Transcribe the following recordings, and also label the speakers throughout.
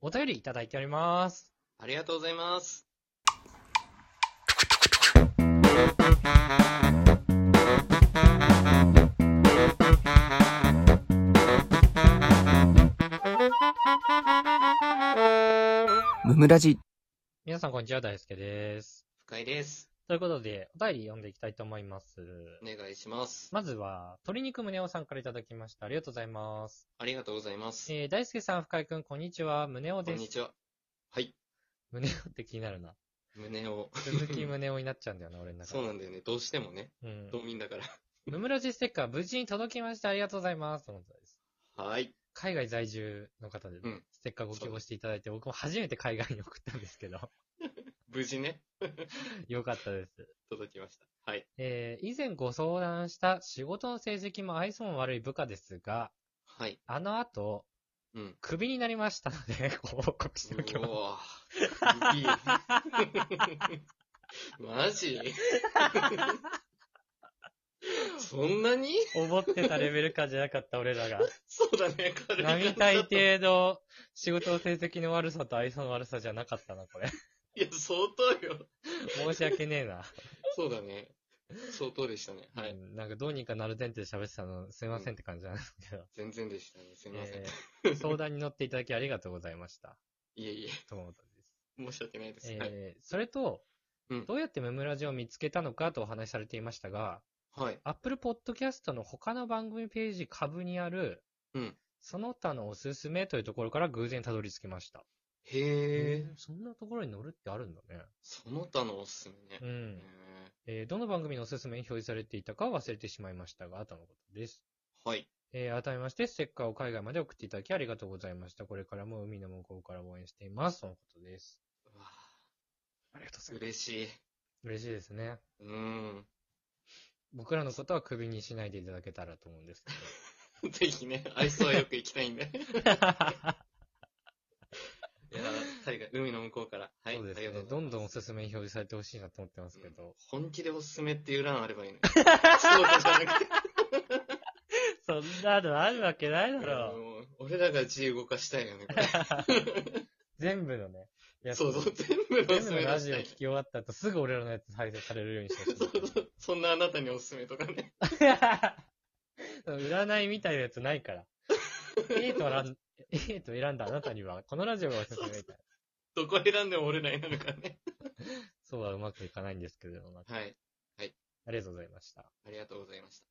Speaker 1: お便りいただいております。
Speaker 2: ありがとうございます。
Speaker 3: ムムラジ。
Speaker 1: 皆さんこんにちは、大輔です。
Speaker 2: 深井です。
Speaker 1: ということで、お便り読んでいきたいと思います。
Speaker 2: お願いします。
Speaker 1: まずは、鶏肉宗男さんからいただきました。ありがとうございます。
Speaker 2: ありがとうございます。
Speaker 1: えー、大輔さん、深井くん、こんにちは。宗男
Speaker 2: こん
Speaker 1: で
Speaker 2: に
Speaker 1: す。
Speaker 2: ちは。はい。
Speaker 1: 宗男って気になるな。
Speaker 2: 胸を。
Speaker 1: 鈴木宗男になっちゃうんだよ な、俺の中
Speaker 2: そうなんだよね。どうしてもね。
Speaker 1: うん。
Speaker 2: 道民だから。
Speaker 1: ムムラジステッカー、無事に届きました。ありがとうございます。とのことです。
Speaker 2: はい。
Speaker 1: 海外在住の方で
Speaker 2: うん、
Speaker 1: ステッカーご希望していただいて、僕も初めて海外に送ったんですけど、
Speaker 2: 無事ね。
Speaker 1: よかったです。
Speaker 2: 届きました。はい。
Speaker 1: えー以前ご相談した仕事の成績も愛想も悪い部下ですが、
Speaker 2: はい。
Speaker 1: あの後、
Speaker 2: うん。
Speaker 1: クビになりましたので、 ご報告しておきます。
Speaker 2: おー。いいマジそんなに
Speaker 1: 思ってたレベルかじゃなかった俺らが。
Speaker 2: そうだね、軽い感じ
Speaker 1: 並
Speaker 2: だと
Speaker 1: 大。抵の仕事の成績の悪さと愛想の悪さじゃなかったな、これ。
Speaker 2: いや、相当よ。
Speaker 1: 申し訳ねえな。
Speaker 2: そうだね。相当でしたね。は
Speaker 1: う
Speaker 2: い。
Speaker 1: んなんかどうにかなる前提で喋ってたの、すいませんって感じなんですけど。
Speaker 2: 全然でしたね。すみません。
Speaker 1: えー相談に乗っていただきありがとうございました。
Speaker 2: いえいえ。
Speaker 1: とのことです。
Speaker 2: 申し訳ないです。はい。
Speaker 1: えーそれと、
Speaker 2: うん
Speaker 1: どうやってムムラジを見つけたのかとお話しされていましたが、
Speaker 2: はい。
Speaker 1: Apple Podcast の他の番組ページ株にある、
Speaker 2: うん
Speaker 1: その他のおすすめというところから偶然たどり着きました。
Speaker 2: へえ。
Speaker 1: そんなところに載るってあるんだね。
Speaker 2: その他のおすすめ
Speaker 1: う
Speaker 2: ね。
Speaker 1: ん
Speaker 2: へ。え
Speaker 1: えーどの番組のおすすめに表示されていたかは忘れてしまいましたが、後のことです。
Speaker 2: はい。
Speaker 1: えー改めまして、ステッカーを海外まで送っていただきありがとうございました。これからも海の向こうから応援しています。とのことです。
Speaker 2: うわ
Speaker 1: ありがとうご
Speaker 2: ぁ嬉しい。
Speaker 1: 嬉しいですね。
Speaker 2: うーん。
Speaker 1: 僕らのことはクビにしないでいただけたらと思うんですけど。
Speaker 2: ぜひね、愛想はよく行き たいんで。いやー海外、海の向こうから。はい。
Speaker 1: そうです
Speaker 2: ありがと
Speaker 1: ね。
Speaker 2: うござ
Speaker 1: ど
Speaker 2: い
Speaker 1: ん
Speaker 2: ます
Speaker 1: どんおすすめに表示されてほしいなと思ってますけど。
Speaker 2: 本気でおすすめっていう欄あ ればいいのに。そうじゃなくて。
Speaker 1: そんなのあるわけない
Speaker 2: もう俺らが自由動かしたいよね、こ
Speaker 1: 全部のね。い
Speaker 2: れ。
Speaker 1: や
Speaker 2: そうそう、全部のお
Speaker 1: 全
Speaker 2: すす
Speaker 1: 部の
Speaker 2: め出
Speaker 1: ラ
Speaker 2: し
Speaker 1: ジオ
Speaker 2: た
Speaker 1: 聞
Speaker 2: い
Speaker 1: き。終わった後、すぐ俺らのやつ再生されるようにして
Speaker 2: そう
Speaker 1: ほし
Speaker 2: そう そんなあなたにおすすめとかね。
Speaker 1: い。占いみたいなやつないから。A と選ん A と選んだあなたには、このラジオがおすすめみ たいな。
Speaker 2: どこ選んでも俺らになるからね。
Speaker 1: そうはうまくいかないんですけれども、
Speaker 2: はい。
Speaker 1: ありがとうございました。
Speaker 2: ありがとうございまし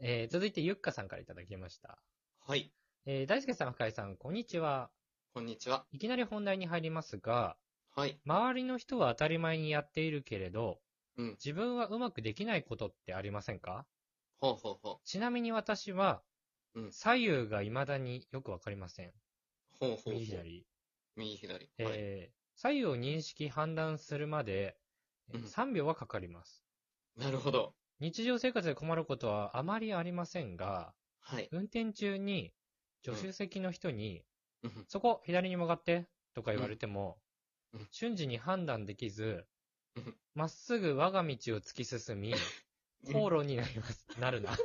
Speaker 1: えー続いてゆっかさんからいただきました。
Speaker 2: た。はい。
Speaker 1: えー大輔さん、深井さん、こんにちは。
Speaker 2: こんにちは。
Speaker 1: いきなり本題に入りますが、
Speaker 2: はい。
Speaker 1: 周りの人は当たり前にやっているけれど、
Speaker 2: うん
Speaker 1: 自分はうまくできないことってありませんか
Speaker 2: ほうほうほう。
Speaker 1: ちなみに私は、
Speaker 2: うん
Speaker 1: 左右が未だによくわかりません。
Speaker 2: ほうほうほう。
Speaker 1: 右左。
Speaker 2: 右左。
Speaker 1: えー
Speaker 2: はい
Speaker 1: 左右を認識、判断するまで、
Speaker 2: うん
Speaker 1: 3秒はかかります。
Speaker 2: なるほど。
Speaker 1: 日常生活で困ることはあまりありませんが、
Speaker 2: はい。
Speaker 1: 運転中に助手席の人に、
Speaker 2: うん
Speaker 1: そこ、左に曲がって、とか言われても
Speaker 2: うんうん、
Speaker 1: 瞬時に判断できず
Speaker 2: うん、
Speaker 1: まっすぐ我が道を突き進 み、口論になります。なるな。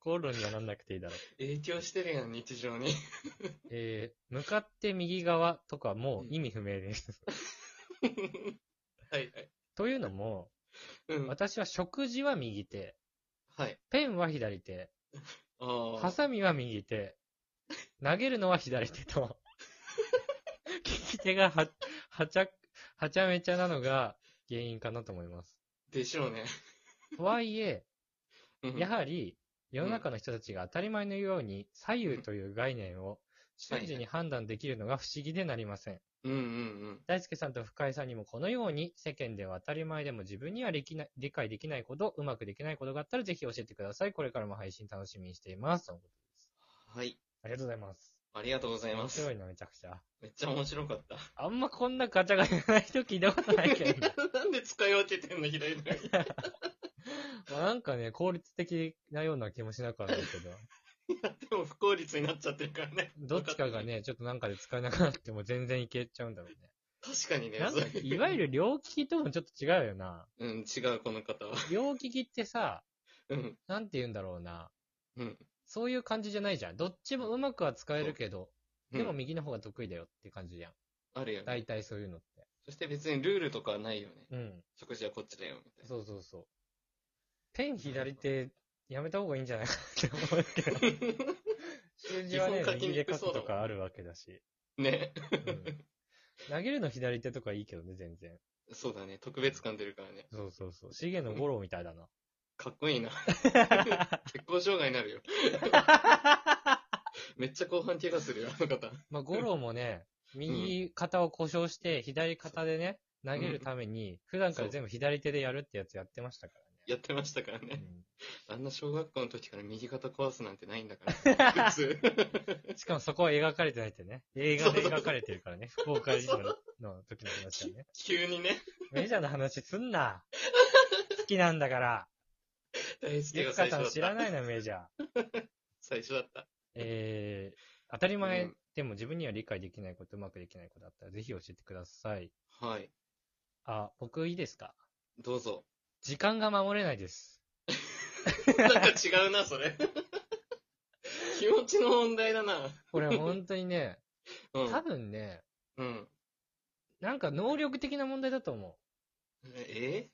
Speaker 1: 口論にはなんなくていいだろう。
Speaker 2: 影響してるやん、日常に。
Speaker 1: えー、向かって右側とかもう意味不明です。
Speaker 2: はいはい。
Speaker 1: というのも、
Speaker 2: うん。
Speaker 1: 私は食事は右手、
Speaker 2: はい。
Speaker 1: ペンは左手、
Speaker 2: あ
Speaker 1: ハ
Speaker 2: あ。
Speaker 1: サミは右手、投げるのは左手と、利き手がは、はちゃ、はちゃめちゃなのが原因かなと思います。
Speaker 2: でしょうね。
Speaker 1: とはいえ、
Speaker 2: うん
Speaker 1: やはり、世の中の人たちが当たり前のように左右という概念を瞬時に判断できるのが不思議でなりません。
Speaker 2: うんうんうん。
Speaker 1: 大輔さんと深井さんにもこのように世間では当たり前でも自分にはできない理解できないこと、うまくできないことがあったらぜひ教えてください。これからも配信楽しみにしています。とのことです
Speaker 2: はい。
Speaker 1: ありがとうございます。
Speaker 2: ありがとうございま
Speaker 1: 面白
Speaker 2: す。
Speaker 1: いな、めちゃくちゃ。
Speaker 2: めっちゃ面白かった。
Speaker 1: あんまこんなガチャガチャない人聞いたことないけ ど、
Speaker 2: なんで使い分けてんの、左 の。
Speaker 1: まあなんかね、効率的なような気もしなくはないけど、
Speaker 2: でも不効率になっちゃってるからね。
Speaker 1: どっちかが。ね、ちょっとなんかで使えなくなっても全然いけちゃうんだろうね。
Speaker 2: 確かにね
Speaker 1: な。んか
Speaker 2: そうう
Speaker 1: いわゆる両利きともちょっと違うよな。
Speaker 2: うん、違う、この方は。
Speaker 1: 両利きってさ、
Speaker 2: うん。
Speaker 1: なんて言うんだろうな。
Speaker 2: うん。
Speaker 1: そういう感じじゃないじゃん。どっちもうまくは使えるけど、でも
Speaker 2: うん
Speaker 1: 右の方が得意だよって感じやん。
Speaker 2: あるよね。
Speaker 1: 大体そういうのって。
Speaker 2: そして別にルールとかはないよね。
Speaker 1: うん。
Speaker 2: 食事はこっちだよ、みたいな。
Speaker 1: そうそうそう。ペン左手、やめた方がいいんじゃないかって思うけ ど。習字はね
Speaker 2: 基、本書き
Speaker 1: 右
Speaker 2: に
Speaker 1: で
Speaker 2: く
Speaker 1: 書
Speaker 2: そう
Speaker 1: く
Speaker 2: だ
Speaker 1: と
Speaker 2: もん
Speaker 1: かあるわけだし。
Speaker 2: ね。
Speaker 1: うん投げるの左手とかいいけどね、全然。
Speaker 2: そうだね。特別感出るからね。
Speaker 1: そうそうそう。シゲのゴロみたいだ な。
Speaker 2: かっこ いいな。血行障害になるよ。めっちゃ後半怪我するよ、あの方。
Speaker 1: まあ、ゴロもね、右肩を故障して、左肩でね、投げるために、普段から全部左手でやるってやつやってましたか
Speaker 2: やってましたから
Speaker 1: らね
Speaker 2: ね。。あんな小学校の時から右肩壊すなんてないん だから。普通。
Speaker 1: うんしかもそこは描かれてないってね。映画で描かれてるからね。福岡以上の時の話だね。
Speaker 2: 急にね、
Speaker 1: メジャーの話すんな。好きなんだから。
Speaker 2: 大好き
Speaker 1: ゆ
Speaker 2: が
Speaker 1: っか
Speaker 2: 最初
Speaker 1: さ
Speaker 2: だ
Speaker 1: ん
Speaker 2: った。
Speaker 1: 知らないの、メジャー。
Speaker 2: 最初だった。
Speaker 1: えー、当たり
Speaker 2: う
Speaker 1: 前
Speaker 2: ん
Speaker 1: でも自分には理解できないこと、うまくできないことあったら、ぜひ教えてください。
Speaker 2: はい。
Speaker 1: あ、僕いいですか
Speaker 2: どう ぞ。
Speaker 1: 時間が守れないです。
Speaker 2: なんか違うな、それ。 気持ちの問題だな。
Speaker 1: これ本当にね、
Speaker 2: う
Speaker 1: 多
Speaker 2: ん。
Speaker 1: 分ね、
Speaker 2: うん。
Speaker 1: なんか能力的な問題だと思
Speaker 2: え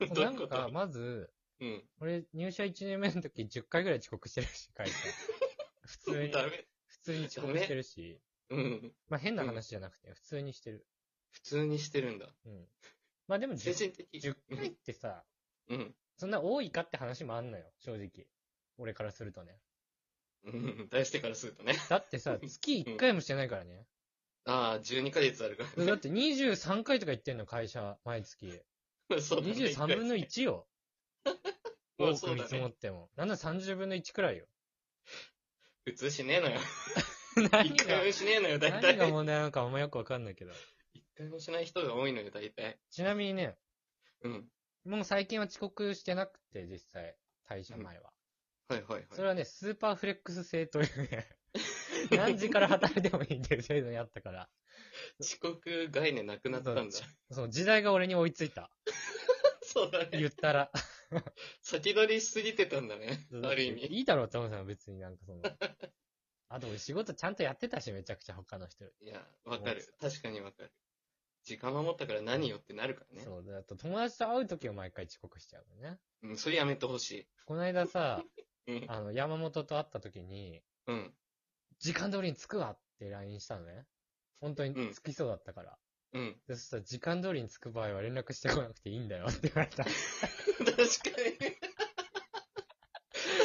Speaker 1: う。
Speaker 2: どうい
Speaker 1: な
Speaker 2: うんこと
Speaker 1: か、まず、
Speaker 2: うん。
Speaker 1: 俺、入社1年目の時10回ぐらい遅刻してるし、会社。普通に
Speaker 2: ダ、メ。
Speaker 1: 普通に遅刻してるし、
Speaker 2: うん。
Speaker 1: まあ変な話じゃなくて、普通にしてる。
Speaker 2: 普通にしてるんだ。
Speaker 1: うん。まあでも
Speaker 2: 精
Speaker 1: 10,
Speaker 2: 神的。
Speaker 1: 10回ってさ、
Speaker 2: うん。
Speaker 1: そんな多いかって話もあんのよ、正直。俺からするとね。
Speaker 2: うん。大してからするとね。
Speaker 1: だってさ、月1回もしてないからね。
Speaker 2: ああ、12ヶ月あるか
Speaker 1: だって23回とか言ってんの、会社、毎月。
Speaker 2: ら。 そうだね。
Speaker 1: 23分の1よ。
Speaker 2: も
Speaker 1: 多
Speaker 2: うそ
Speaker 1: く
Speaker 2: う
Speaker 1: 見
Speaker 2: だ
Speaker 1: 積も
Speaker 2: ね。
Speaker 1: っても。なんなら30分の1くらいよ。
Speaker 2: 普通しねえのよ。
Speaker 1: 何
Speaker 2: 一回
Speaker 1: が、
Speaker 2: もしねえのよ、 大
Speaker 1: 何が
Speaker 2: 体。
Speaker 1: 問題なのかあんまよくわかんないけど。
Speaker 2: 一回もしない人が多いのよ、大体。
Speaker 1: ちなみにね、
Speaker 2: うん。
Speaker 1: もう最近は遅刻してなくて、実際、退社前は。
Speaker 2: はいはい
Speaker 1: それ
Speaker 2: はい。
Speaker 1: はね、スーパーフレックス制という ね、何時から働いてもいいっていう制度にあったから、
Speaker 2: 遅刻概念なくなったんだ。
Speaker 1: その時代が俺に追いついた。
Speaker 2: そうだ
Speaker 1: 言
Speaker 2: ね。
Speaker 1: ったら。
Speaker 2: 先取りしすぎてたんだね。 ある意味。
Speaker 1: いいだろうって思ってたの、別になんかその。あと俺仕事ちゃんとやってたし、めちゃくちゃ他の人よ
Speaker 2: いや、わかる。確かにわかる。時間守ったから何よってなるから
Speaker 1: り。
Speaker 2: ね。
Speaker 1: そう、であと友達と会う時は毎回遅刻しちゃうのね。
Speaker 2: うん、それやめてほし
Speaker 1: この間 さ、
Speaker 2: い。うん。
Speaker 1: あの、山本と会った時に、
Speaker 2: うん。
Speaker 1: 時間通りに着くわって LINE したのね。本当に
Speaker 2: うん
Speaker 1: 着きそうだったから。
Speaker 2: うん。
Speaker 1: でそしたら、時間通りに着く場合は連絡してこなくていいんだよって言われた。
Speaker 2: 確か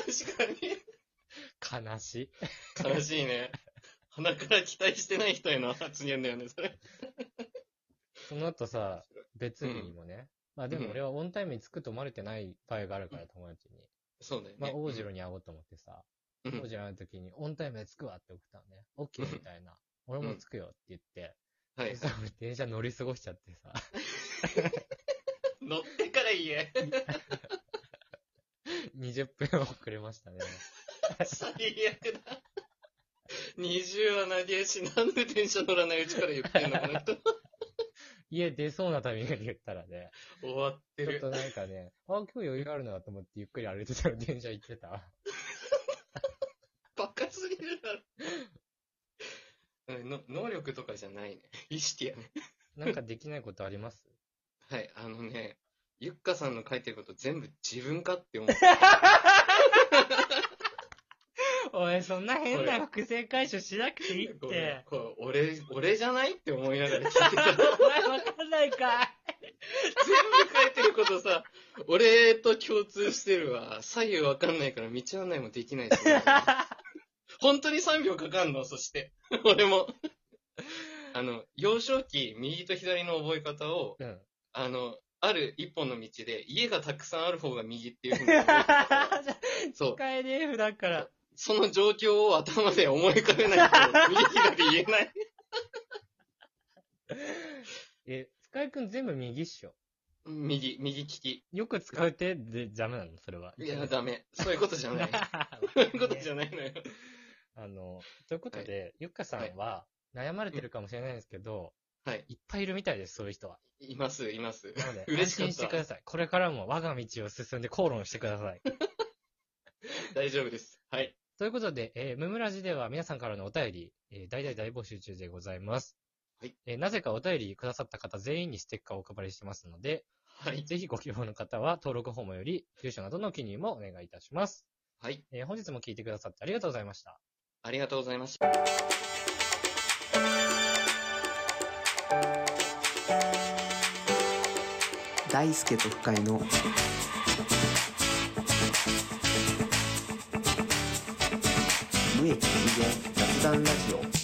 Speaker 2: に。確かに。
Speaker 1: 悲しい。
Speaker 2: 悲しいね。鼻から期待してない人への発言だよね、それ。
Speaker 1: その後さ、別日にもね。まあでも俺はオンタイムに着くと思われてない場合があるから、友達に。
Speaker 2: そうだよね。
Speaker 1: まあ、大城に会おうと思ってさ。
Speaker 2: うん
Speaker 1: 王子の時に、オンタイムで着くわって送ったのね。オッケーみたいな。俺も着くよって言って。
Speaker 2: は
Speaker 1: そ
Speaker 2: い
Speaker 1: し。たら俺電車乗り過ごしちゃってさ。
Speaker 2: 乗ってから言え。
Speaker 1: 20分遅れましたね。
Speaker 2: 最悪だ。20は投げやし、なんで電車乗らないうちから言ってんの、この人。
Speaker 1: 家出そうなタイミングで言ったらね。
Speaker 2: 終わっ
Speaker 1: ち
Speaker 2: て
Speaker 1: ょっ
Speaker 2: る。
Speaker 1: となんかね、あ、今日余裕あるなと思ってゆっくり歩いてたら電車行ってた。
Speaker 2: バカすぎるだろ。うんの能力とかじゃないね。意識やね。
Speaker 1: なんかできないことあります
Speaker 2: はい、あのね、ゆっかさんの書いてること全部自分かって思う。
Speaker 1: おい、そんな
Speaker 2: 変な
Speaker 1: 複製回収しなくていい
Speaker 2: これ、これ俺、俺じゃないって思いながら聞いてた。全部
Speaker 1: わかんないかい。
Speaker 2: 書いてることさ、俺と共通してるわ。左右わかんないから道案内もできないし。本当に3秒かかんのそして。 俺も。あの、幼少期、右と左の覚え方を、
Speaker 1: うん。
Speaker 2: あの、ある一本の道で、家がたくさんある方が右っていうふうに 覚えてたから、そう。
Speaker 1: 使えねえ、普段から。
Speaker 2: その状況を頭で思い浮かべないと、右左言えない。
Speaker 1: え、深井くん全部右っしょ。
Speaker 2: 右、右利き。
Speaker 1: よく使う手でダメなのそれは。
Speaker 2: いや、 ダメ。そういうことじゃない。そういうことじゃないのよ。
Speaker 1: あの、ということで、ゆっかさんは悩まれてるかもしれないですけど、
Speaker 2: はい。
Speaker 1: いっぱいいるみたいです、そういう人は。
Speaker 2: います、います。
Speaker 1: なので、
Speaker 2: 嬉
Speaker 1: 安
Speaker 2: しかっ
Speaker 1: 心
Speaker 2: た
Speaker 1: してください。これからも我が道を進んで口論してください。
Speaker 2: 大丈夫です。はい。
Speaker 1: ということで、えー、ムムラジでは皆さんからのお便り、えー、大々大募集中でございます。
Speaker 2: はい。
Speaker 1: えーなぜかお便りくださった方全員にステッカーをお配りしてますので、
Speaker 2: はい。
Speaker 1: ぜひご希望の方は登録ホームより、住所などの記入もお願いいたします。
Speaker 2: はい。
Speaker 1: えー本日も聞いてくださってありがとうございました。
Speaker 2: ありがとうございました。
Speaker 3: 大輔と深井の無益無限雑談ラジオ